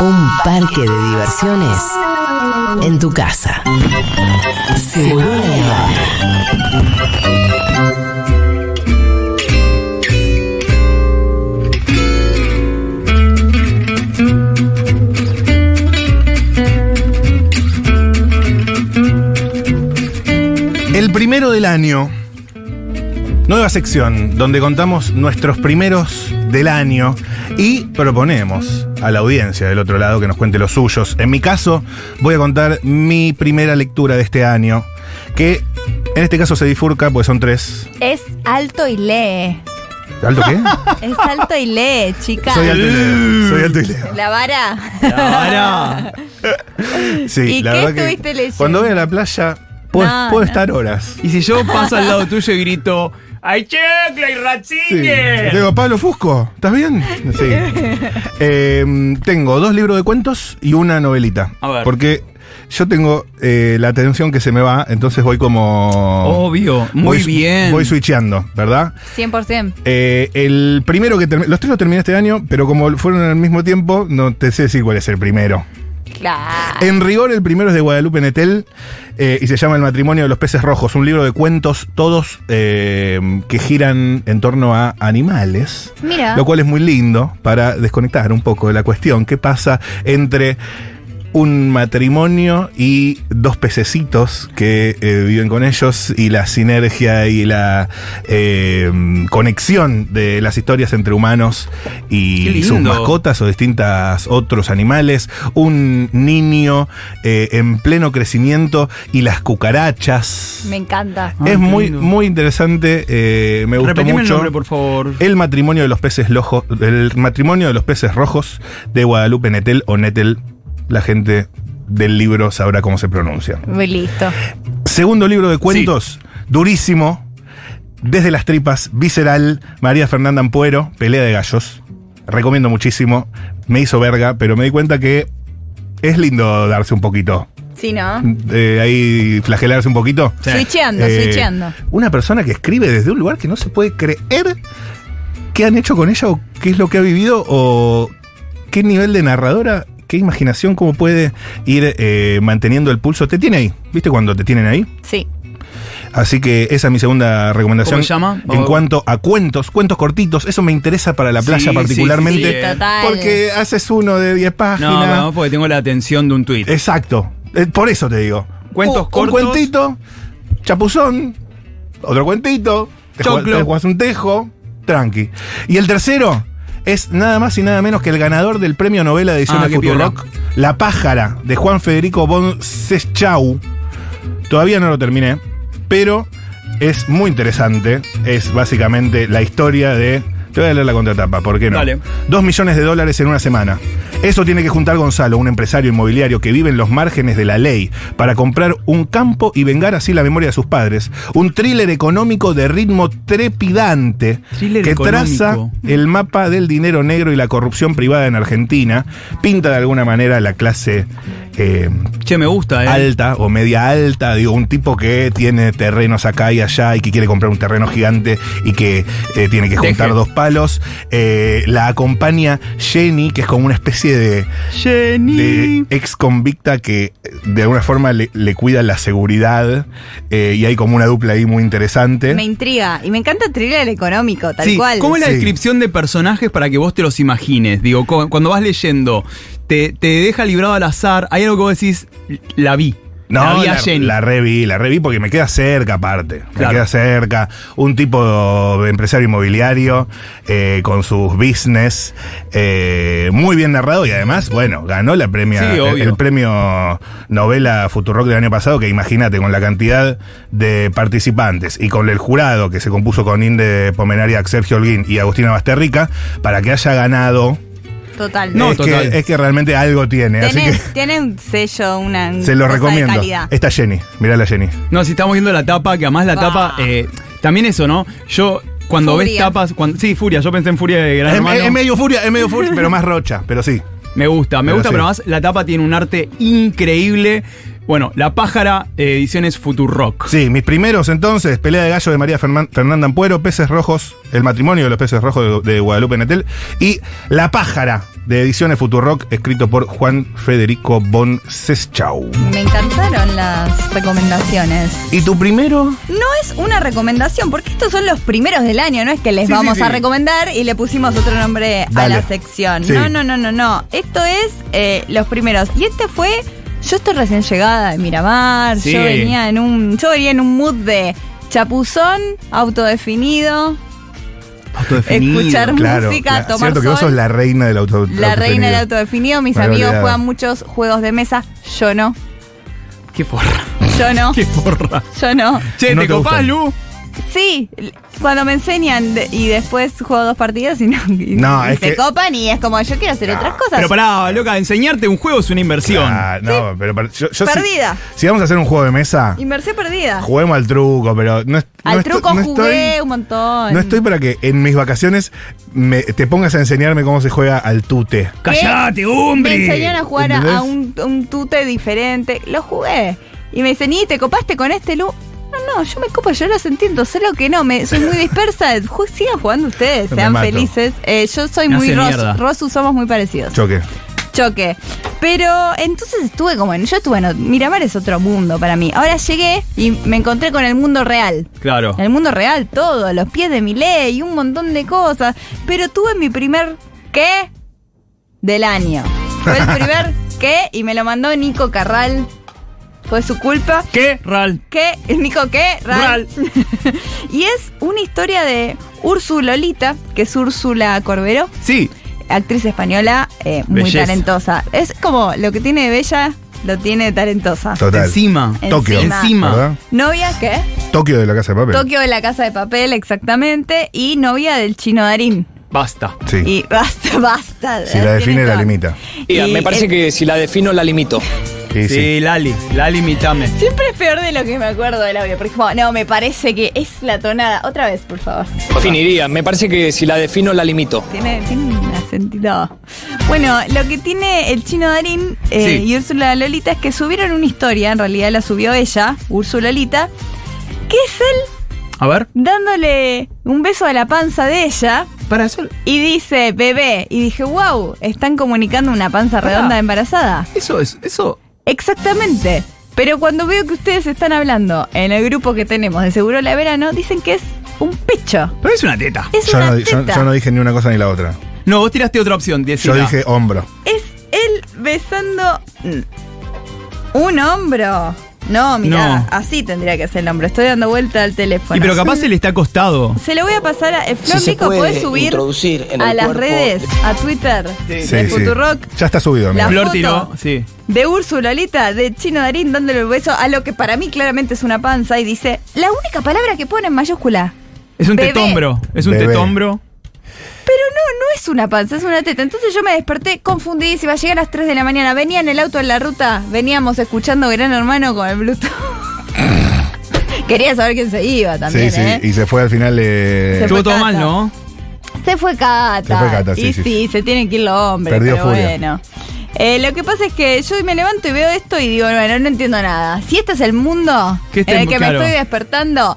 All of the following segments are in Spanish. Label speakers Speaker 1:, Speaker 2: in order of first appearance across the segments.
Speaker 1: Un parque de diversiones en tu casa. Seguro la Habana.
Speaker 2: El primero del año. Nueva sección donde contamos nuestros primeros del año y proponemos a la audiencia del otro lado que nos cuente los suyos. En mi caso, voy a contar mi primera lectura de este año, que en este caso se bifurca, pues son tres.
Speaker 3: Es alto y lee.
Speaker 2: ¿Alto qué?
Speaker 3: Es alto y lee, chica.
Speaker 2: Soy alto y leo. Soy alto y leo.
Speaker 3: La vara.
Speaker 4: Ahora.
Speaker 2: Sí,
Speaker 3: ¿Y
Speaker 2: la
Speaker 3: qué
Speaker 2: verdad que
Speaker 3: estuviste leyendo?
Speaker 2: Cuando voy a la playa, puedo,
Speaker 3: No,
Speaker 2: puedo
Speaker 3: no.
Speaker 2: estar horas.
Speaker 4: Y si yo paso al lado tuyo y grito, ¡Ay, checla y
Speaker 2: Sí.
Speaker 4: rachiñe!
Speaker 2: Tengo Pablo Fusco, ¿estás bien? Sí. Eh, tengo dos libros de cuentos y una novelita.
Speaker 4: A ver.
Speaker 2: Porque yo tengo eh, la atención que se me va, entonces voy como.
Speaker 4: Obvio, muy
Speaker 2: voy su-
Speaker 4: bien.
Speaker 2: Voy switcheando, ¿verdad?
Speaker 3: 100%.
Speaker 2: Eh, el primero que termi- Los tres los terminé este año, pero como fueron al mismo tiempo, no te sé decir cuál es el primero.
Speaker 3: Claro.
Speaker 2: En rigor, el primero es de Guadalupe Netel eh, y se llama El matrimonio de los peces rojos, un libro de cuentos, todos eh, que giran en torno a animales,
Speaker 3: Mira.
Speaker 2: lo cual es muy lindo para desconectar un poco de la cuestión. ¿Qué pasa entre un matrimonio y dos pececitos que eh, viven con ellos y la sinergia y la eh, conexión de las historias entre humanos y,
Speaker 4: Qué
Speaker 2: y sus
Speaker 4: lindo.
Speaker 2: mascotas o distintas otros animales, un niño eh, en pleno crecimiento y las cucarachas.
Speaker 3: Me encanta.
Speaker 4: Ah,
Speaker 2: es
Speaker 4: qué
Speaker 2: muy,
Speaker 4: lindo.
Speaker 2: muy interesante, eh, me gustó
Speaker 4: Repetime el
Speaker 2: mucho.
Speaker 4: nombre, por favor.
Speaker 2: El matrimonio de los peces lojo- el matrimonio de los peces rojos de Guadalupe Netel o Netel, la gente del libro sabrá cómo se pronuncia.
Speaker 3: Muy listo.
Speaker 2: Segundo libro de cuentos, durísimo, desde las tripas, visceral, María Fernanda Ampuero, Pelea de Gallos. Recomiendo muchísimo, me hizo verga, pero me di cuenta que es lindo darse un poquito,
Speaker 3: Sí, ¿no?
Speaker 2: eh, ahí flagelarse un poquito.
Speaker 4: Sí.
Speaker 3: Switcheando,
Speaker 2: Eh,
Speaker 3: switcheando.
Speaker 2: Una persona que escribe desde un lugar que no se puede creer qué han hecho con ella o qué es lo que ha vivido o qué nivel de narradora, qué imaginación, cómo puede ir eh, manteniendo el pulso. Te tiene ahí, ¿viste cuando te tienen ahí?
Speaker 3: Sí.
Speaker 2: Así que esa es mi segunda recomendación.
Speaker 4: ¿Cómo se llama? Oh.
Speaker 2: En cuanto a cuentos, cuentos cortitos, eso me interesa para la
Speaker 4: Sí,
Speaker 2: playa
Speaker 4: sí,
Speaker 2: particularmente.
Speaker 4: sí,
Speaker 3: total.
Speaker 2: Porque haces uno de 10
Speaker 4: No,
Speaker 2: páginas.
Speaker 4: no, porque tengo la atención de un tuit.
Speaker 2: Exacto. Eh, Por eso te digo.
Speaker 4: Cuentos
Speaker 2: un,
Speaker 4: cortos.
Speaker 2: Un cuentito, chapuzón, otro cuentito, te jugás,
Speaker 4: Choclo.
Speaker 2: te jugás un tejo, tranqui. Y el tercero es nada más y nada menos que el ganador del premio novela de edición
Speaker 4: Ah,
Speaker 2: de
Speaker 4: qué piola.
Speaker 2: Futurock, La pájara, de Juan Federico von Seschau. Todavía no lo terminé, pero es muy interesante. Es básicamente la historia de. Te voy a leer la contratapa, ¿por qué no?
Speaker 4: Dale.
Speaker 2: Dos millones de dólares en una semana. Eso tiene que juntar Gonzalo, un empresario inmobiliario que vive en los márgenes de la ley, para comprar un campo y vengar así la memoria de sus padres. Un thriller económico de ritmo trepidante
Speaker 4: Thriller
Speaker 2: que
Speaker 4: económico.
Speaker 2: traza el mapa del dinero negro y la corrupción privada en Argentina. Pinta de alguna manera la clase eh,
Speaker 4: Che, me gusta, ¿eh?
Speaker 2: alta o media alta, digo, un tipo que tiene terrenos acá y allá y que quiere comprar un terreno gigante y que eh, tiene que juntar
Speaker 4: Deje.
Speaker 2: dos palos. Eh, la acompaña Jenny, que es como una especie de,
Speaker 4: Jenny.
Speaker 2: de ex convicta que eh, de alguna forma le, le cuida la seguridad eh, y hay como una dupla ahí muy interesante.
Speaker 3: Me intriga. Y me encanta el thriller económico, tal
Speaker 4: Sí,
Speaker 3: cual.
Speaker 4: ¿Cómo es la
Speaker 2: eh, Sí.
Speaker 4: descripción de personajes para que vos te los imagines? Digo, co- cuando vas leyendo, te, te deja librado al azar. Hay algo que vos decís, la vi. la vi a
Speaker 2: la,
Speaker 4: Jenny.
Speaker 2: la reví, la reví porque me queda cerca aparte. Me
Speaker 4: Claro.
Speaker 2: queda cerca. Un tipo de empresario inmobiliario eh, con sus business eh, muy bien narrado y además, bueno, ganó la premia,
Speaker 4: Sí,
Speaker 2: el- el,
Speaker 4: obvio.
Speaker 2: premio novela Futurock del año pasado, que imagínate con la cantidad de participantes y con el jurado que se compuso con Inde Pomenaria, Sergio Holguín y Agustina Basterrica, para que haya ganado.
Speaker 3: Total. Eh,
Speaker 4: No,
Speaker 2: es,
Speaker 4: total.
Speaker 2: que, es que realmente algo tiene,
Speaker 3: tiene,
Speaker 2: así
Speaker 3: tiene un sello, una
Speaker 2: que se lo
Speaker 3: cosa
Speaker 2: recomiendo. Eh.
Speaker 3: de calidad.
Speaker 2: Está Jenny, mirá la Jenny.
Speaker 4: No, si estamos viendo la tapa, que además la
Speaker 3: Ah.
Speaker 4: tapa. eh, también eso, ¿no? Yo, cuando ves
Speaker 3: Furia.
Speaker 4: tapas. cuando- sí, Furia, yo pensé en Furia de Gran
Speaker 2: Es,
Speaker 4: Hermano.
Speaker 2: es medio furia, es medio furia, pero más rocha, pero sí.
Speaker 4: Me gusta, me
Speaker 2: Pero
Speaker 4: gusta,
Speaker 2: sí.
Speaker 4: pero además la tapa tiene un arte increíble. Bueno, La Pájara, eh, ediciones Futurock.
Speaker 2: Sí, mis primeros entonces, Pelea de Gallo de María Fernan- Fernanda Ampuero, Peces Rojos, El matrimonio de los peces rojos de, de Guadalupe Netel y La pájara de Ediciones Futurock, escrito por Juan Federico Bon Seschau.
Speaker 3: Me encantaron las recomendaciones.
Speaker 2: ¿Y tu primero?
Speaker 3: No es una recomendación, porque estos son los primeros del año, no es que les
Speaker 2: Sí,
Speaker 3: vamos
Speaker 2: sí, sí.
Speaker 3: a recomendar y le pusimos otro nombre
Speaker 2: Dale.
Speaker 3: a la sección.
Speaker 2: Sí.
Speaker 3: No, no, no, no, no. Esto es eh, los primeros. Y este fue. Yo estoy recién llegada de Miramar,
Speaker 4: Sí.
Speaker 3: yo venía en un. Yo venía en un mood de chapuzón, autodefinido,
Speaker 4: Autodefinido.
Speaker 3: Escuchar-
Speaker 2: Claro.
Speaker 3: Música,
Speaker 2: claro.
Speaker 3: tomar
Speaker 2: cierto que vos
Speaker 3: sol.
Speaker 2: sos la reina del auto.
Speaker 3: la reina del autodefinido. Mis
Speaker 2: Una
Speaker 3: amigos
Speaker 2: goleada.
Speaker 3: juegan muchos juegos de mesa. Yo no,
Speaker 4: Qué porra.
Speaker 3: yo no,
Speaker 4: Qué porra.
Speaker 3: yo no.
Speaker 4: Che,
Speaker 2: No
Speaker 4: ¿te
Speaker 2: te
Speaker 4: copás,
Speaker 2: gustan.
Speaker 4: Lu?
Speaker 3: Sí, l- cuando me enseñan de- y después juego dos partidas y, no, y-
Speaker 2: No,
Speaker 3: y
Speaker 2: es
Speaker 3: se
Speaker 2: que-
Speaker 3: copan y es como yo quiero hacer otras cosas.
Speaker 4: Pero pará, loca, enseñarte un juego es una inversión.
Speaker 2: Ah, no, pero para- yo, yo sí-
Speaker 3: Perdida.
Speaker 2: si vamos a hacer un juego de mesa,
Speaker 3: Inversión perdida.
Speaker 2: juguemos al truco, pero no es-
Speaker 3: Al
Speaker 2: no estoy-
Speaker 3: truco
Speaker 2: no
Speaker 3: jugué
Speaker 2: estoy-
Speaker 3: un montón.
Speaker 2: No estoy para que en mis vacaciones me- te pongas a enseñarme cómo se juega al tute.
Speaker 4: ¡Callate,
Speaker 3: me
Speaker 4: hombre!
Speaker 3: enseñaron a jugar a-
Speaker 2: ¿Entendés?
Speaker 3: a un, un tute diferente. Lo jugué. Y me dicen, ¿y te copaste con este Lu? No, no, yo me copo, yo los entiendo, solo que no, me, soy muy dispersa. Ju- Sigan jugando ustedes,
Speaker 2: Me
Speaker 3: sean
Speaker 2: mato.
Speaker 3: felices. Eh, yo soy
Speaker 4: Me
Speaker 3: muy
Speaker 4: hace
Speaker 3: Rosu,
Speaker 4: mierda.
Speaker 3: Rosu somos muy parecidos.
Speaker 2: Choque.
Speaker 3: choque. Pero entonces estuve como en. Yo estuve en. ot- Miramar es otro mundo para mí. Ahora llegué y me encontré con el mundo real.
Speaker 4: Claro.
Speaker 3: El mundo real, todo, a los pies de mi ley, un montón de cosas. Pero tuve mi primer ¿qué? del año. Fue el primer ¿qué? y me lo mandó Nico Carral. Fue su culpa.
Speaker 4: ¿Qué? Ral.
Speaker 3: ¿Qué? Nico, ¿qué?
Speaker 4: Ral.
Speaker 3: Ral. y es una historia de Úrsula Lolita, que es Úrsula Corberó
Speaker 4: Sí.
Speaker 3: actriz española eh, muy
Speaker 4: Belleza.
Speaker 3: talentosa. Es como lo que tiene de bella, lo tiene de talentosa.
Speaker 2: Total.
Speaker 4: Encima.
Speaker 2: Tokio.
Speaker 4: Encima.
Speaker 2: ¿verdad?
Speaker 3: Novia, ¿qué?
Speaker 2: Tokio de la casa de papel.
Speaker 3: Tokio de la Casa de Papel, exactamente. Y novia del chino Darín.
Speaker 4: Basta.
Speaker 2: Sí.
Speaker 3: Y basta, basta.
Speaker 2: si la define,
Speaker 3: Tiene
Speaker 2: la
Speaker 3: todo.
Speaker 2: limita.
Speaker 5: Mira,
Speaker 3: Y
Speaker 5: me parece
Speaker 3: el-
Speaker 5: que si la defino, la limito.
Speaker 2: Sí, sí.
Speaker 4: Sí, Lali. Lali, imitame.
Speaker 3: Siempre es peor de lo que me acuerdo del audio. Porque es como, no, me parece que es la tonada. Otra vez, por favor.
Speaker 5: Definiría, me parece que si la defino, la limito.
Speaker 3: Tiene, tiene un acentito. Bueno, lo que tiene el chino Darín eh,
Speaker 4: Sí.
Speaker 3: y Úrsula Lolita es que subieron una historia, en realidad la subió ella, Úrsula Lolita, que es él
Speaker 4: A ver.
Speaker 3: dándole un beso a la panza de ella
Speaker 4: Para eso.
Speaker 3: y dice, bebé. Y dije, wow, están comunicando una panza
Speaker 4: Pará.
Speaker 3: redonda de embarazada.
Speaker 4: Eso es. Eso.
Speaker 3: Exactamente. Pero cuando veo que ustedes están hablando en el grupo que tenemos de Seguro la Verano, dicen que es un pecho.
Speaker 4: Pero es una teta.
Speaker 3: Es
Speaker 2: Yo
Speaker 3: una
Speaker 2: no, di- yo-
Speaker 3: teta.
Speaker 2: yo no dije ni una cosa ni la otra.
Speaker 4: No, vos tiraste otra opción.
Speaker 2: Yo
Speaker 4: decila.
Speaker 2: dije hombro.
Speaker 3: Es él besando un hombro. No, mirá,
Speaker 4: No.
Speaker 3: así tendría que ser el hombro. Estoy dando vuelta al teléfono. Mm.
Speaker 4: Y pero capaz él está acostado.
Speaker 3: Se lo voy a pasar a. eh, Flor
Speaker 5: se
Speaker 3: Rico,
Speaker 5: puede
Speaker 3: ¿podés subir
Speaker 5: introducir en
Speaker 3: a
Speaker 5: el
Speaker 3: las
Speaker 5: cuerpo.
Speaker 3: redes, a Twitter,
Speaker 2: Sí,
Speaker 3: de
Speaker 2: sí.
Speaker 3: Futurock,
Speaker 2: Ya está subido, amigo.
Speaker 3: La
Speaker 4: Flor
Speaker 3: foto.
Speaker 4: tiró. Sí.
Speaker 3: de Úrsula Lolita, de Chino Darín, dándole un beso a lo que para mí claramente es una panza y dice: La única palabra que pone en mayúscula.
Speaker 4: Es un
Speaker 3: Bebé.
Speaker 4: tetombro. Es un
Speaker 2: Bebé.
Speaker 4: tetombro.
Speaker 3: Pero no, no es una panza, es una teta. Entonces yo me desperté confundidísima. Llegué a las 3 de la mañana. Venía en el auto en la ruta. Veníamos escuchando Gran Hermano con el Bluetooth. Quería saber quién se iba también,
Speaker 2: sí, sí.
Speaker 3: ¿eh?
Speaker 2: Y se fue al final eh,
Speaker 3: Se fue
Speaker 4: Estuvo todo
Speaker 3: Cata.
Speaker 4: mal, ¿no?
Speaker 3: Se fue Cata.
Speaker 2: Se fue Cata, sí,
Speaker 3: Y
Speaker 2: sí,
Speaker 3: sí, se tienen que ir los hombres.
Speaker 2: Perdió
Speaker 3: pero
Speaker 2: Julia.
Speaker 3: bueno. Eh, lo que pasa es que yo me levanto y veo esto y digo, bueno, no entiendo nada. Si este es el mundo
Speaker 4: Que este
Speaker 3: en
Speaker 4: es
Speaker 3: el
Speaker 4: muy
Speaker 3: que
Speaker 4: caro.
Speaker 3: me estoy despertando,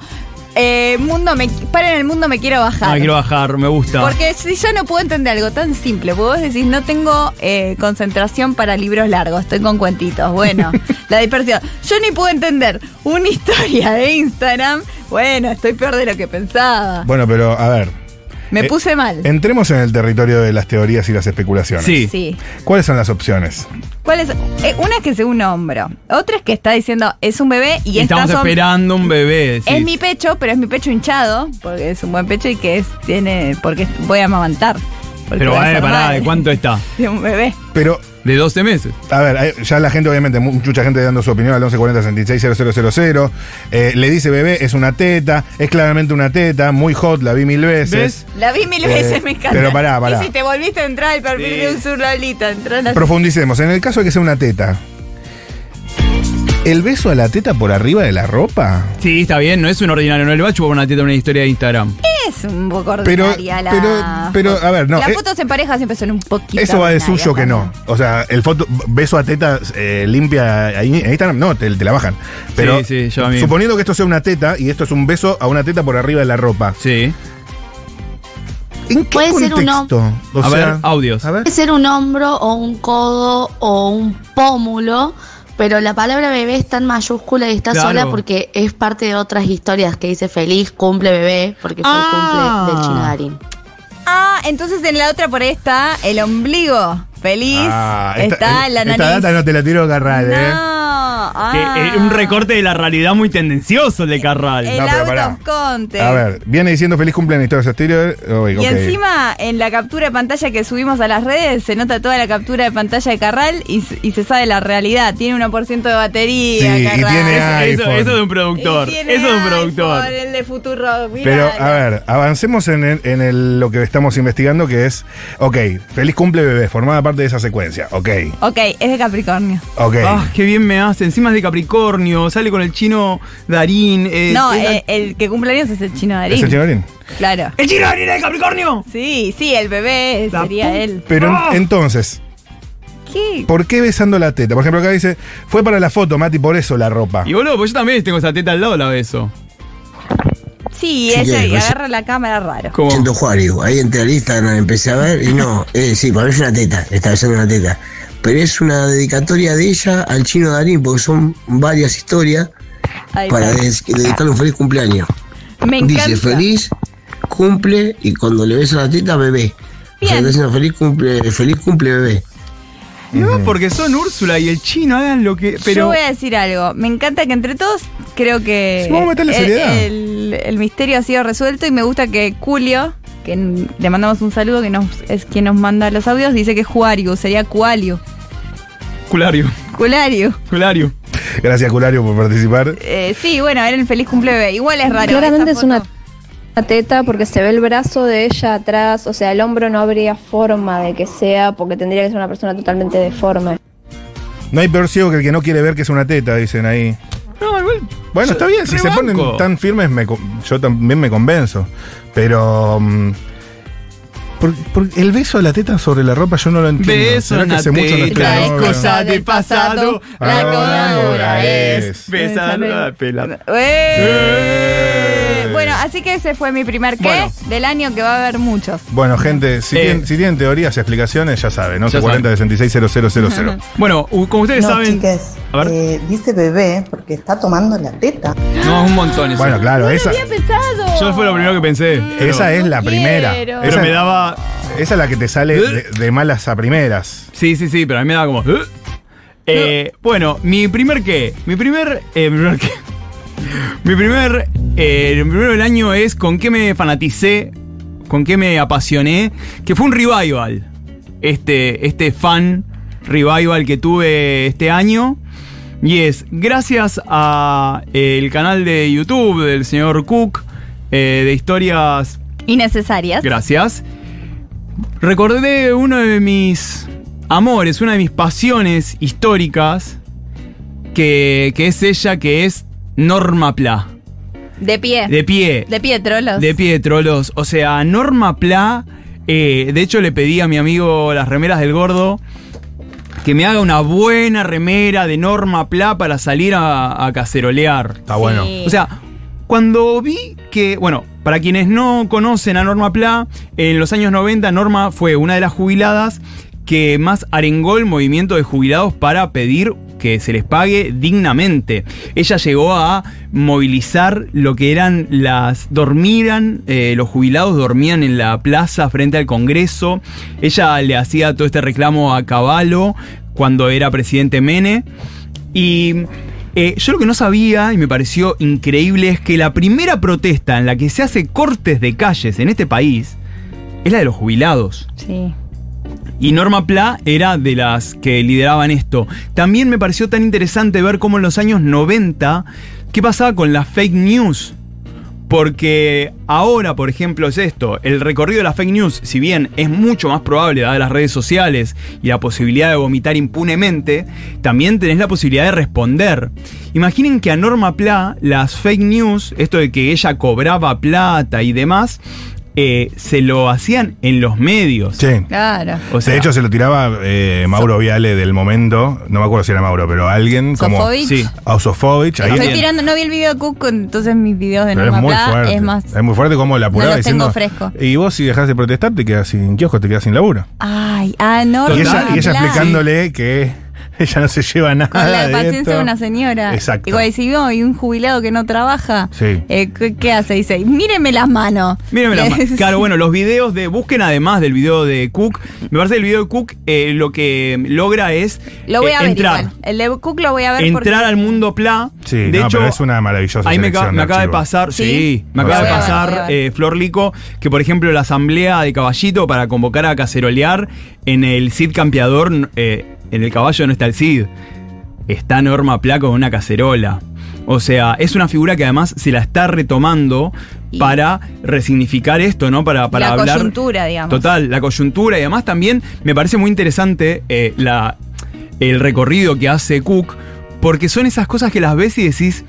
Speaker 3: eh, mundo me, para en el mundo me quiero bajar.
Speaker 4: Ah, quiero bajar. Me gusta.
Speaker 3: Porque si yo no puedo entender algo tan simple, porque vos decís, no tengo eh, concentración para libros largos, estoy con cuentitos. Bueno, la dispersión. Yo ni puedo entender una historia de Instagram. Bueno, estoy peor de lo que pensaba.
Speaker 2: Bueno, pero a ver.
Speaker 3: Me
Speaker 2: eh,
Speaker 3: puse mal.
Speaker 2: Entremos en el territorio de las teorías y las especulaciones.
Speaker 4: Sí.
Speaker 3: Sí.
Speaker 2: ¿Cuáles son las opciones?
Speaker 3: ¿Cuál es? Eh, una es que es un hombro. Otra es que está diciendo, es un bebé y,
Speaker 4: estamos
Speaker 3: estas son-
Speaker 4: esperando un bebé. sí.
Speaker 3: Es mi pecho, pero es mi pecho hinchado, porque es un buen pecho y que es, tiene, porque voy a amamantar. porque
Speaker 4: Pero
Speaker 3: voy a
Speaker 4: eh,
Speaker 3: ser
Speaker 4: pará,
Speaker 3: madre
Speaker 4: ¿de cuánto está?
Speaker 3: De un bebé.
Speaker 2: Pero,
Speaker 4: De 12 meses.
Speaker 2: a ver, hay- ya la gente, obviamente, mu- mucha gente dando su opinión al 1140-660000. Eh, le dice bebé, es una teta, es claramente una teta, muy hot, la vi mil veces.
Speaker 3: La vi mil
Speaker 2: Eh,
Speaker 3: veces, me encanta.
Speaker 2: pero pará, pará.
Speaker 3: Y si te volviste a entrar al perfil
Speaker 4: Sí.
Speaker 3: de un surrealista, entró en la...
Speaker 2: Profundicemos. En el caso de que sea una teta, ¿el beso a la teta por arriba de la ropa?
Speaker 4: Sí, está bien, no es un ordinario, no le va a chupar una teta a una historia de Instagram.
Speaker 3: Es un poco
Speaker 2: Pero-
Speaker 3: ordinaria la...
Speaker 2: pero- pero, a ver, no,
Speaker 3: Las
Speaker 2: eh,
Speaker 3: fotos en pareja siempre son un poquito...
Speaker 2: Eso va de
Speaker 3: ordinarias
Speaker 2: suyo que no.
Speaker 3: también.
Speaker 2: O sea, el foto, beso a teta eh, limpia ahí en Instagram, no, te, te la bajan. Pero
Speaker 4: Sí, sí, yo a mí.
Speaker 2: suponiendo que esto sea una teta y esto es un beso a una teta por arriba de la ropa,
Speaker 4: Sí.
Speaker 2: ¿En qué
Speaker 6: Puede ser
Speaker 2: contexto? O
Speaker 4: A ver, audios.
Speaker 2: A ver.
Speaker 6: Puede ser un hombro o un codo o un pómulo, pero la palabra bebé está en mayúscula y está
Speaker 4: Claro.
Speaker 6: sola porque es parte de otras historias que dice feliz cumple bebé, porque fue
Speaker 4: Ah.
Speaker 6: el cumple del chino Darín.
Speaker 3: Ah, entonces en la otra por ahí está el ombligo. Feliz.
Speaker 2: Ah,
Speaker 3: está
Speaker 2: esta,
Speaker 3: la nariz.
Speaker 2: esta data no te la tiro, Carral,
Speaker 3: No,
Speaker 2: ¿eh?
Speaker 7: Que,
Speaker 3: ah.
Speaker 7: eh, un recorte de la realidad muy tendencioso de Carral.
Speaker 3: El
Speaker 2: No, pero
Speaker 3: out
Speaker 2: pará.
Speaker 3: of context.
Speaker 2: A ver, viene diciendo feliz cumpleaños todos esos tiros.
Speaker 3: Y encima, en la captura de pantalla que subimos a las redes, se nota toda la captura de pantalla de Carral y, s- y se sabe la realidad. Tiene 1% de batería,
Speaker 2: Sí, y
Speaker 3: Carral.
Speaker 2: tiene
Speaker 7: Eso- Eso,
Speaker 2: iPhone.
Speaker 7: eso de un productor.
Speaker 3: Y tiene
Speaker 7: Eso de un productor.
Speaker 3: iPhone, el de Futuro. mirá.
Speaker 2: Pero, a ver, avancemos en, el- en el- lo que estamos investigando, que es, ok, feliz cumple bebé, formada parte de esa secuencia, ok,
Speaker 3: Ok, es de Capricornio.
Speaker 2: ok.
Speaker 4: Ah, qué bien me hace. Encima es de Capricornio, sale con el chino Darín. eh,
Speaker 3: no,
Speaker 4: es la-
Speaker 3: eh, el que cumple años es el chino
Speaker 2: ¿Es
Speaker 3: Darín.
Speaker 2: el chinorín?
Speaker 3: Claro.
Speaker 4: ¡El chino Darín es de Capricornio!
Speaker 3: Sí, sí, el bebé
Speaker 4: La
Speaker 3: sería
Speaker 4: pu-
Speaker 3: él.
Speaker 2: Pero en-
Speaker 4: Ah.
Speaker 2: entonces,
Speaker 3: ¿Qué?
Speaker 2: ¿por qué besando la teta? Por ejemplo, acá dice, fue para la foto, Mati, por eso la ropa.
Speaker 4: Y boludo, pues yo también tengo esa teta al lado, la beso.
Speaker 3: Sí,
Speaker 8: Sí,
Speaker 3: ella
Speaker 8: que-
Speaker 3: y agarra la cámara raro.
Speaker 4: Como,
Speaker 8: Siendo Juario, ahí entré al Instagram, empecé a ver y no, eh, sí, para mí es una teta, está besando una teta. Pero es una dedicatoria de ella al chino Darín, porque son varias historias
Speaker 3: Ahí
Speaker 8: para
Speaker 3: está.
Speaker 8: des- dedicarle un feliz cumpleaños.
Speaker 3: Me encanta.
Speaker 8: Dice feliz, cumple y cuando le besa la teta, bebé. O sea,
Speaker 3: Bien.
Speaker 8: está diciendo feliz cumple, feliz cumple, bebé.
Speaker 4: no, porque son Úrsula y el chino, hagan lo que.
Speaker 3: Yo
Speaker 4: Pero.
Speaker 3: voy a decir algo. Me encanta que entre todos creo que
Speaker 2: Sí, vamos a meterle
Speaker 3: el,
Speaker 2: seriedad.
Speaker 3: el- el misterio ha sido resuelto y me gusta que Julio, que n- le mandamos un saludo, que nos, es quien nos manda los audios, dice que es Juario, sería Cualio.
Speaker 4: Culario,
Speaker 3: Culario.
Speaker 4: Culario.
Speaker 2: Gracias, Culario, por participar.
Speaker 3: Eh, sí, bueno, era el feliz cumple bebé. Igual es raro.
Speaker 9: Claramente
Speaker 3: esa
Speaker 9: es una
Speaker 3: foto.
Speaker 9: una teta porque se ve el brazo de ella atrás, o sea, el hombro no habría forma de que sea porque tendría que ser una persona totalmente deforme.
Speaker 2: No hay peor ciego que el que no quiere ver que es una teta, dicen ahí.
Speaker 4: No, igual.
Speaker 2: Bueno,
Speaker 4: yo-
Speaker 2: está bien, si se
Speaker 4: rebanco.
Speaker 2: ponen tan firmes, me co- yo también me convenzo. Pero. mm, por- por- el beso de la teta sobre la ropa yo no lo entiendo.
Speaker 4: Beso
Speaker 2: ¿Será
Speaker 4: en
Speaker 2: que
Speaker 4: la
Speaker 2: hace mucho no estoy
Speaker 4: teta,
Speaker 2: de
Speaker 4: es
Speaker 2: novio?
Speaker 4: cosa de pasado,
Speaker 2: la
Speaker 3: cosa
Speaker 2: ahora es.
Speaker 4: Besar la pela.
Speaker 3: Eh. Bueno, así que ese fue mi primer qué
Speaker 4: Bueno.
Speaker 3: del año que va a haber muchos.
Speaker 2: Bueno, gente, si,
Speaker 4: Eh.
Speaker 2: tienen, si tienen teorías y explicaciones, ya saben, ¿no?
Speaker 4: Ya
Speaker 2: 40 000.
Speaker 4: Bueno, u- como ustedes saben. A ver.
Speaker 10: Eh, dice bebé porque está tomando la teta.
Speaker 4: No, es un montón eso.
Speaker 2: Bueno, claro, esa,
Speaker 3: pesado.
Speaker 4: Yo fue lo primero que pensé. pero-
Speaker 2: esa es la
Speaker 3: No
Speaker 2: primera.
Speaker 3: quiero.
Speaker 2: Esa,
Speaker 4: Pero me ¿Eh? daba.
Speaker 2: esa es la que te sale de, de malas a primeras.
Speaker 4: Sí, sí, sí, pero a mí me daba como. "¿Eh?". Eh, Bueno, mi primer qué. Mi primer. eh, mi primer qué. Mi primer. eh, el primero del año es con qué me fanaticé. Con qué me apasioné. Que fue un revival. Este, este fan revival que tuve este año. Y es gracias a eh, el canal de YouTube del señor Cook. eh, de historias
Speaker 3: Innecesarias.
Speaker 4: Gracias. Recordé uno de mis amores, una de mis pasiones históricas, que, que es ella, que es Norma Pla.
Speaker 3: De pie.
Speaker 4: De pie.
Speaker 3: De pie, trolos.
Speaker 4: De pie, trolos. O sea, Norma Pla. eh, de hecho, le pedí a mi amigo las remeras del gordo que me haga una buena remera de Norma Pla para salir a, a cacerolear.
Speaker 2: Está Ah, bueno.
Speaker 3: Sí.
Speaker 4: O sea, cuando vi que, bueno, para quienes no conocen a Norma Pla, en los años 90 Norma fue una de las jubiladas que más arengó el movimiento de jubilados para pedir que se les pague dignamente. Ella llegó a movilizar lo que eran las... dormían, eh, los jubilados dormían en la plaza frente al Congreso. Ella le hacía todo este reclamo a Caballo cuando era presidente Mene. Y eh, yo lo que no sabía y me pareció increíble es que la primera protesta en la que se hace cortes de calles en este país es la de los jubilados.
Speaker 3: Sí.
Speaker 4: Y Norma Pla era de las que lideraban esto. También me pareció tan interesante ver cómo en los años 90, ¿qué pasaba con las fake news? Porque ahora, por ejemplo, es esto, el recorrido de las fake news, si bien es mucho más probable dadas las redes sociales y la posibilidad de vomitar impunemente, también tenés la posibilidad de responder. Imaginen que a Norma Pla, las fake news, esto de que ella cobraba plata y demás, eh, se lo hacían en los medios.
Speaker 2: Sí.
Speaker 3: Claro.
Speaker 4: O sea-
Speaker 2: de hecho, se lo tiraba eh, Mauro Viale del momento. No me acuerdo si era Mauro, pero alguien como.
Speaker 3: Sofovich.
Speaker 4: Sí.
Speaker 2: A Sofovich. ahí-
Speaker 3: Estoy tirando, no vi el video de Cuco, entonces mis videos de
Speaker 2: Pero es
Speaker 3: Norma
Speaker 2: muy
Speaker 3: Pla
Speaker 2: fuerte.
Speaker 3: es más.
Speaker 2: muy fuerte como la apuraba
Speaker 3: los tengo
Speaker 2: diciendo.
Speaker 3: fresco.
Speaker 2: Y vos, si dejás de protestar, te quedas sin kiosco, te quedas sin laburo.
Speaker 3: Ay, ah, no.
Speaker 2: Y ella,
Speaker 3: Norma
Speaker 2: y ella
Speaker 3: Pla.
Speaker 2: explicándole que ella no se lleva nada.
Speaker 3: Con la
Speaker 4: Ah,
Speaker 2: de
Speaker 3: paciencia
Speaker 2: esto.
Speaker 3: de una señora.
Speaker 2: Exacto.
Speaker 3: Igual, si veo y un jubilado que no trabaja,
Speaker 2: Sí.
Speaker 3: eh, ¿qué, qué hace? Dice, míreme las manos.
Speaker 4: Mírenme las manos.
Speaker 3: Sí.
Speaker 4: Claro, bueno, los videos de. Busquen además del video de Cook. Me parece que el video de Cook eh, lo que logra es.
Speaker 3: Lo voy
Speaker 4: eh,
Speaker 3: a ver
Speaker 4: entrar.
Speaker 3: igual. El de Cook lo voy a ver
Speaker 4: Entrar
Speaker 3: porque...
Speaker 4: al mundo Pla.
Speaker 2: Sí,
Speaker 4: de
Speaker 2: no,
Speaker 4: hecho,
Speaker 2: pero es una maravillosa
Speaker 4: Ahí me, acaba-
Speaker 2: selección
Speaker 4: me acaba de
Speaker 2: archivos.
Speaker 4: pasar, sí,
Speaker 3: ¿Sí?
Speaker 4: me
Speaker 2: Lo
Speaker 4: acaba
Speaker 2: voy a ver,
Speaker 3: lo
Speaker 4: de
Speaker 3: voy a
Speaker 4: pasar
Speaker 3: ver.
Speaker 4: eh, Flor Lico que, por ejemplo, la asamblea de Caballito para convocar a Cacerolear en el Cid Campeador, n- eh, en el caballo no está el Cid, está Norma Pla con una cacerola. O sea, es una figura que además se la está retomando
Speaker 3: Y-
Speaker 4: para resignificar esto, ¿no? Para, para
Speaker 3: la
Speaker 4: hablar.
Speaker 3: coyuntura, digamos.
Speaker 4: Total, la coyuntura y además también me parece muy interesante eh, la, el recorrido que hace Cook, porque son esas cosas que las ves y decís,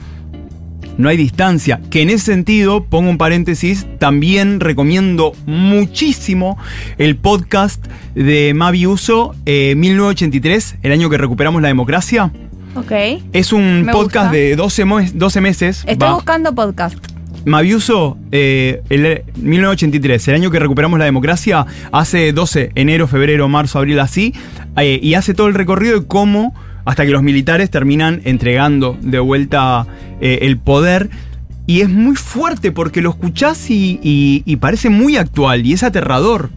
Speaker 4: no hay distancia. Que en ese sentido, pongo un paréntesis, también recomiendo muchísimo el podcast de Mavi Uso, eh, 1983, el año que recuperamos la democracia.
Speaker 3: Ok.
Speaker 4: Es un
Speaker 3: Me
Speaker 4: podcast
Speaker 3: gusta.
Speaker 4: de 12, mo- 12 meses.
Speaker 3: Estoy
Speaker 4: va.
Speaker 3: buscando podcast.
Speaker 4: Maviuso, eh, el 1983, el año que recuperamos la democracia, hace 12, enero, febrero, marzo, abril, así, eh, y hace todo el recorrido de cómo, hasta que los militares terminan entregando de vuelta eh, el poder. Y es muy fuerte porque lo escuchás y, y- y parece muy actual y es aterrador.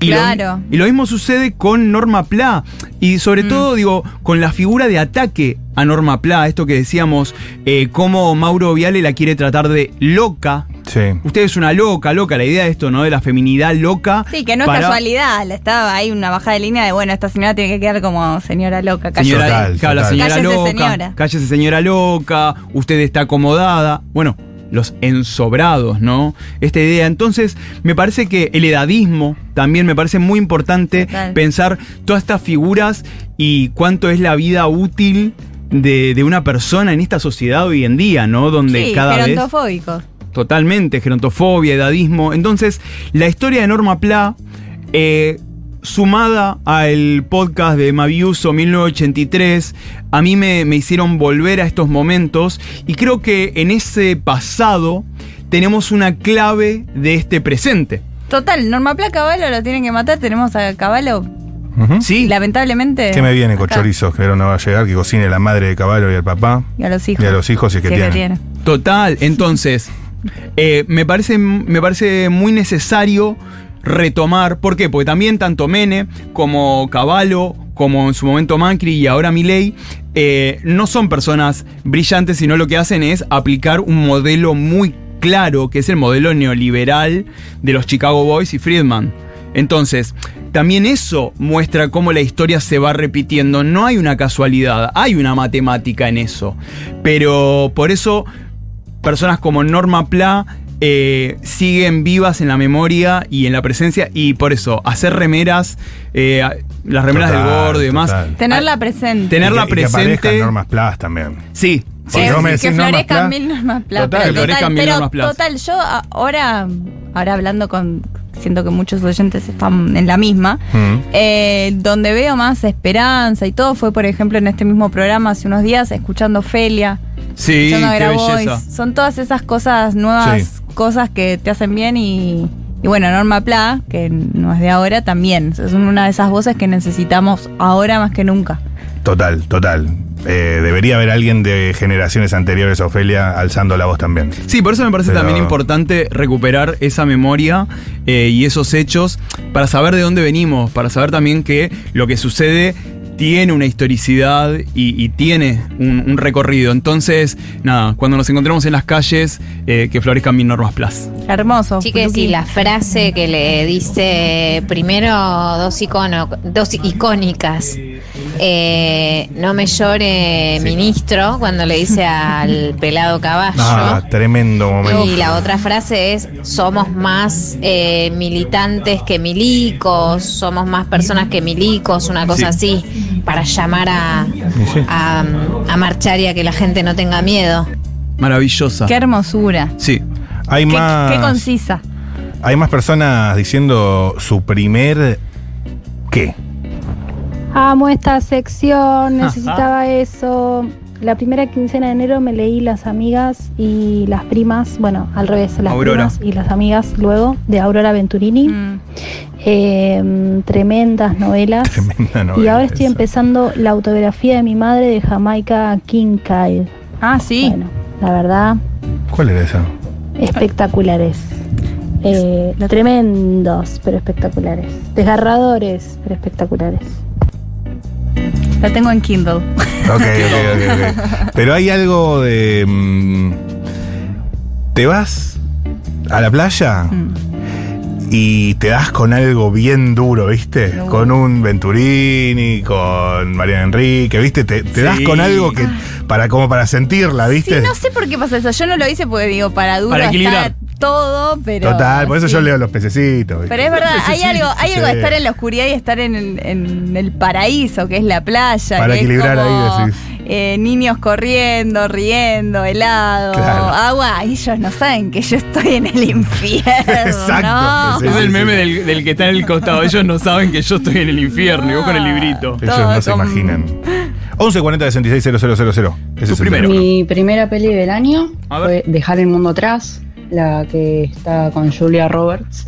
Speaker 4: Y lo-
Speaker 3: Claro. Mm.
Speaker 4: y lo mismo sucede con Norma Pla. Y sobre todo, digo, con la figura de ataque a Norma Pla, esto que decíamos, eh, cómo Mauro Viale la quiere tratar de loca.
Speaker 2: Sí.
Speaker 4: Usted es una loca, loca, la idea de esto, ¿no? De la feminidad loca.
Speaker 3: Sí, que no es
Speaker 4: para-
Speaker 3: casualidad. le Estaba ahí una bajada de línea de, bueno, esta señora tiene que quedar como señora loca. cállese.
Speaker 4: Señora,
Speaker 2: Total,
Speaker 4: claro, la
Speaker 2: total.
Speaker 4: señora
Speaker 3: Cállese,
Speaker 4: loca.
Speaker 3: señora.
Speaker 4: Cállese, señora loca. Usted está acomodada. Bueno, los ensobrados, ¿no? Esta idea. Entonces, me parece que el edadismo también me parece muy importante
Speaker 3: Total.
Speaker 4: pensar todas estas figuras y cuánto es la vida útil. De, de una persona en esta sociedad hoy en día, ¿no? Donde
Speaker 3: Sí,
Speaker 4: cada vez.
Speaker 3: gerontofóbicos.
Speaker 4: Totalmente, gerontofobia, edadismo. Entonces, la historia de Norma Pla, eh, sumada al podcast de Maviuso 1983, a mí me, me hicieron volver a estos momentos y creo que en ese pasado tenemos una clave de este presente.
Speaker 3: Total, Norma Pla Caballo lo tienen que matar. Tenemos a Caballo,
Speaker 2: Ujú.
Speaker 4: Sí,
Speaker 3: lamentablemente.
Speaker 2: ¿Qué me viene
Speaker 3: acá.
Speaker 2: con chorizos? Que ahora no va a llegar, que cocine la madre de caballo y al papá.
Speaker 3: Y a los hijos.
Speaker 2: Y a los hijos, si es que
Speaker 3: Sí,
Speaker 2: tienen.
Speaker 4: Total, entonces, eh, me, parece, me parece muy necesario retomar, ¿por qué? Porque también tanto Mene como Caballo, como en su momento Macri y ahora Milei, eh, no son personas brillantes, sino lo que hacen es aplicar un modelo muy claro, que es el modelo neoliberal de los Chicago Boys y Friedman. Entonces, también eso muestra cómo la historia se va repitiendo. No hay una casualidad, hay una matemática en eso. Pero por eso personas como Norma Pla eh, siguen vivas en la memoria y en la presencia. Y por eso, hacer remeras, eh, las remeras
Speaker 2: Total,
Speaker 4: del gordo y demás.
Speaker 2: total.
Speaker 3: Tenerla
Speaker 4: Ah,
Speaker 3: presente.
Speaker 4: Tenerla
Speaker 2: Y que- y que
Speaker 4: presente.
Speaker 2: aparezcan normas plas también.
Speaker 4: sí, sí.
Speaker 2: Porque
Speaker 3: Que-
Speaker 2: vos me
Speaker 3: que
Speaker 2: decís normas
Speaker 3: florezcan
Speaker 2: plas.
Speaker 3: mil normas Pla,
Speaker 2: Total,
Speaker 3: pero
Speaker 2: que
Speaker 4: florezcan mil
Speaker 3: pero
Speaker 4: normas Pla.
Speaker 3: Total, yo ahora, ahora hablando con. Siento que muchos oyentes están en la misma.
Speaker 2: Mm.
Speaker 3: Eh, donde veo más esperanza y todo fue, por ejemplo, en este mismo programa hace unos días, escuchando Felia,
Speaker 4: Sí,
Speaker 3: escuchando
Speaker 4: qué
Speaker 3: Grabois.
Speaker 4: belleza.
Speaker 3: Son todas esas cosas nuevas,
Speaker 2: Sí.
Speaker 3: cosas que te hacen bien y, y bueno, Norma Pla, que no es de ahora, también. Es una de esas voces que necesitamos ahora más que nunca.
Speaker 2: Total, total. Eh, debería haber alguien de generaciones anteriores a Ofelia alzando la voz también.
Speaker 4: Sí, por eso me parece
Speaker 2: Pero-
Speaker 4: también importante recuperar esa memoria eh, y esos hechos para saber de dónde venimos, para saber también que lo que sucede tiene una historicidad y, y tiene un, un recorrido. Entonces, nada, cuando nos encontremos en las calles, eh, que florezcan mis normas plus.
Speaker 3: Hermoso.
Speaker 11: Chiques,
Speaker 3: Fluki.
Speaker 11: y la frase que le dice primero dos, icono, dos icónicas. eh, no me llore, ministro, cuando le dice al pelado caballo.
Speaker 2: Ah, tremendo momento.
Speaker 11: Y la otra frase es, somos más eh, militantes que milicos, somos más personas que milicos, una cosa así, para llamar a, a, a marchar y a que la gente no tenga miedo.
Speaker 4: Maravillosa.
Speaker 3: Qué hermosura.
Speaker 4: Sí.
Speaker 2: Hay
Speaker 3: Qué,
Speaker 2: más.
Speaker 3: qué concisa.
Speaker 2: Hay más personas diciendo su primer. ¿Qué?
Speaker 12: Amo esta sección, necesitaba eso. La primera quincena de enero me leí Las Amigas y Las Primas, bueno, al revés, Las
Speaker 4: Aurora.
Speaker 12: Primas y Las Amigas luego, de Aurora Venturini.
Speaker 9: Mm.
Speaker 3: Mm.
Speaker 12: Eh, tremendas novelas.
Speaker 2: Tremenda
Speaker 12: y
Speaker 2: novela.
Speaker 12: ahora estoy empezando la autografía de mi madre de Jamaica Kincaid.
Speaker 3: Ah, sí.
Speaker 12: Bueno, la verdad,
Speaker 2: ¿Cuál era esa?
Speaker 12: espectaculares. Eh, tremendos, pero espectaculares. Desgarradores, pero espectaculares.
Speaker 3: La tengo en Kindle.
Speaker 2: Ok, ok, ok, ok. Pero hay algo de. mm, te vas a la playa y te das con algo bien duro, ¿viste? Con un Venturini, con Mariana Enrique, ¿viste? Te, te das
Speaker 4: Sí.
Speaker 2: con algo que. para como para sentirla, ¿viste?
Speaker 3: Ah. Sí, no sé por qué pasa eso. Yo no lo hice porque digo, para duro
Speaker 2: Para equilibrar.
Speaker 3: está todo, pero.
Speaker 2: Total, por eso yo leo los pececitos. ¿viste?
Speaker 3: Pero es verdad, hay algo, hay algo de
Speaker 2: Sí.
Speaker 3: estar en la oscuridad y estar en el, en el paraíso, que es la playa.
Speaker 2: Para
Speaker 3: que es
Speaker 2: equilibrar
Speaker 3: como,
Speaker 2: ahí, decís.
Speaker 3: eh, niños corriendo, riendo, helado,
Speaker 2: Claro.
Speaker 3: agua. Ellos no saben que yo estoy en el infierno. ¿no?
Speaker 4: es el meme Del, del que está en el costado. Ellos no saben que yo estoy en el infierno. Y vos con el librito.
Speaker 2: Ellos no se imaginan. 1140 66 000. Ese es el teléfono.
Speaker 13: Mi primera peli del año
Speaker 2: A
Speaker 13: fue Dejar el Mundo Atrás, la que está con Julia Roberts.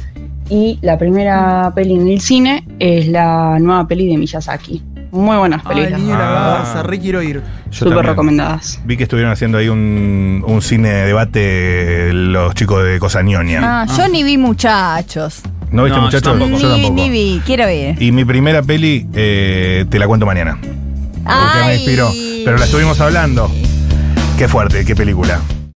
Speaker 13: Y la primera peli en el cine es la nueva peli de Miyazaki. Muy buenas películas.
Speaker 2: Ah.
Speaker 4: re quiero ir.
Speaker 2: Yo
Speaker 13: Súper
Speaker 2: también.
Speaker 13: recomendadas.
Speaker 2: Vi que estuvieron haciendo ahí un, un cine debate los chicos de Cosa Ñoña.
Speaker 3: Ah, yo ni vi muchachos.
Speaker 2: ¿No viste,
Speaker 4: No, yo
Speaker 2: muchachos?
Speaker 4: tampoco.
Speaker 2: Yo
Speaker 3: Ni, vi,
Speaker 2: tampoco.
Speaker 3: ni vi, quiero ver.
Speaker 2: Y mi primera peli eh, te la cuento mañana. Porque me inspiró. Pero la estuvimos hablando. Qué fuerte, qué película.